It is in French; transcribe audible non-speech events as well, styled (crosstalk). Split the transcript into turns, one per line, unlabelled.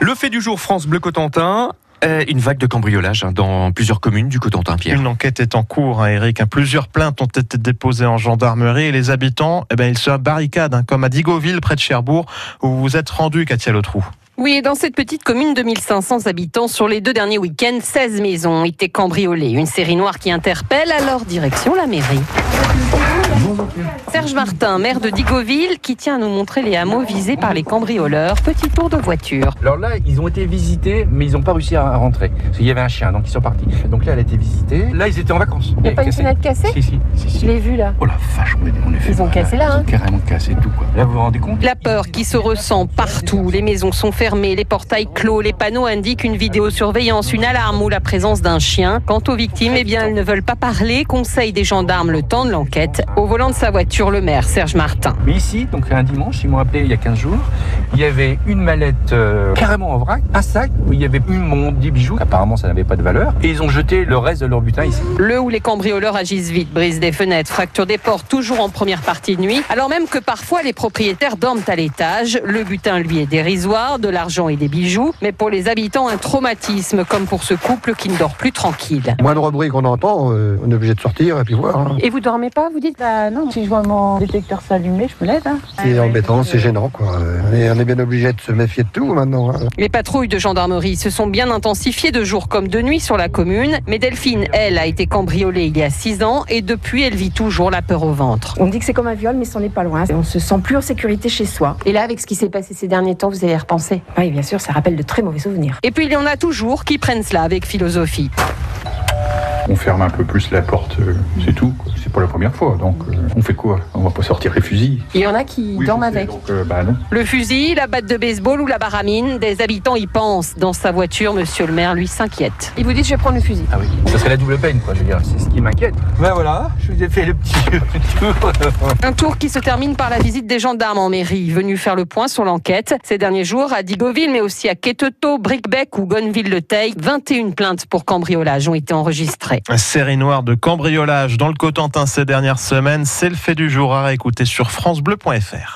Le fait du jour France Bleu Cotentin. euh, une vague de cambriolage hein, dans plusieurs communes du Cotentin, Pierre.
Une enquête est en cours, hein, Eric. hein. Plusieurs plaintes ont été déposées en gendarmerie et les habitants, eh ben, ils se barricadent, hein, comme à Digoville, près de Cherbourg, où vous vous êtes rendu, Katia Letrou.
Oui, et dans cette petite commune de 1500 habitants, sur les deux derniers week-ends, 16 maisons ont été cambriolées. Une série noire qui interpelle, alors direction la mairie. Serge Martin, maire de Digoville, qui tient à nous montrer les hameaux visés par les cambrioleurs. Petit tour de voiture.
Alors là, ils ont été visités, mais ils n'ont pas réussi à à rentrer. Parce qu'il y avait un chien, donc ils sont partis. Donc là, elle a été visitée. Là, ils étaient en vacances.
Il n'y a pas une
Cassé.
fenêtre cassée
Si, si, si, si.
Je l'ai vu là.
Oh la vache, on est, on est fait.
Ils ont
mal,
cassé là,
Ils
hein.
ont carrément cassé tout, quoi. Là, vous vous rendez compte
La peur qui se ressent partout. Les maisons sont fermées, les portails clos, les panneaux indiquent une vidéosurveillance, une alarme ou la présence d'un chien. Quant aux victimes, eh bien, elles ne veulent pas parler. Conseil des gendarmes le temps de l'enquête. Au volant de sa voiture, le maire Serge Martin.
Mais ici, donc un dimanche, ils m'ont appelé il y a 15 jours. Il y avait une mallette euh, carrément en vrac, un sac où il y avait une montre, des bijoux. Apparemment, ça n'avait pas de valeur. Et ils ont jeté le reste de leur butin ici.
Le ou les cambrioleurs agissent vite, brisent des fenêtres, fracturent des portes, toujours en première partie de nuit. Alors même que parfois les propriétaires dorment à l'étage, le butin lui est dérisoire, de l'argent et des bijoux, mais pour les habitants un traumatisme, comme pour ce couple qui ne dort plus tranquille.
Moindre bruit qu'on entend, euh, on est obligé de sortir et puis voir. hein.
Et vous dormez pas, vous dites
Bah non, si je vois mon détecteur s'allumer, je me lève. hein.
C'est embêtant, c'est gênant. Quoi. Euh, On est, on est bien obligé de se méfier de tout maintenant. hein.
Les patrouilles de gendarmerie se sont bien intensifiées de jour comme de nuit sur la commune, mais Delphine, elle, a été cambriolée il y a 6 ans et depuis elle vit toujours la peur au ventre.
On dit que c'est comme un viol, mais c'en est pas loin. On se sent plus en sécurité chez soi.
Et là, avec ce qui s'est passé ces derniers temps, vous allez y repenser.
Oui, bien sûr, ça rappelle de très mauvais souvenirs.
Et puis il y en a toujours qui prennent cela avec philosophie.
On ferme un peu plus la porte, euh, c'est tout. quoi. C'est pas la première fois, donc euh, on fait quoi On va pas sortir les fusils.
Il y en a qui
Oui,
dorment
je sais,
avec.
Donc, euh, bah non.
Le fusil, la batte de baseball ou la baramine, des habitants y pensent. Dans sa voiture, monsieur le maire lui s'inquiète.
Ils vous disent, je vais prendre le fusil.
Ah oui. Ça serait la double peine, quoi. Je veux dire, c'est ce qui m'inquiète. Ben voilà, je vous ai fait le petit (laughs) tour.
Un tour qui se termine par la visite des gendarmes en mairie, venus faire le point sur l'enquête. Ces derniers jours, à Digoville, mais aussi à Quetetot, Brickbeck ou Gonneville-le-Teil, 21 plaintes pour cambriolage ont été enregistrées.
Série noire de cambriolage dans le Cotentin ces dernières semaines, c'est le fait du jour à réécouter sur FranceBleu.fr.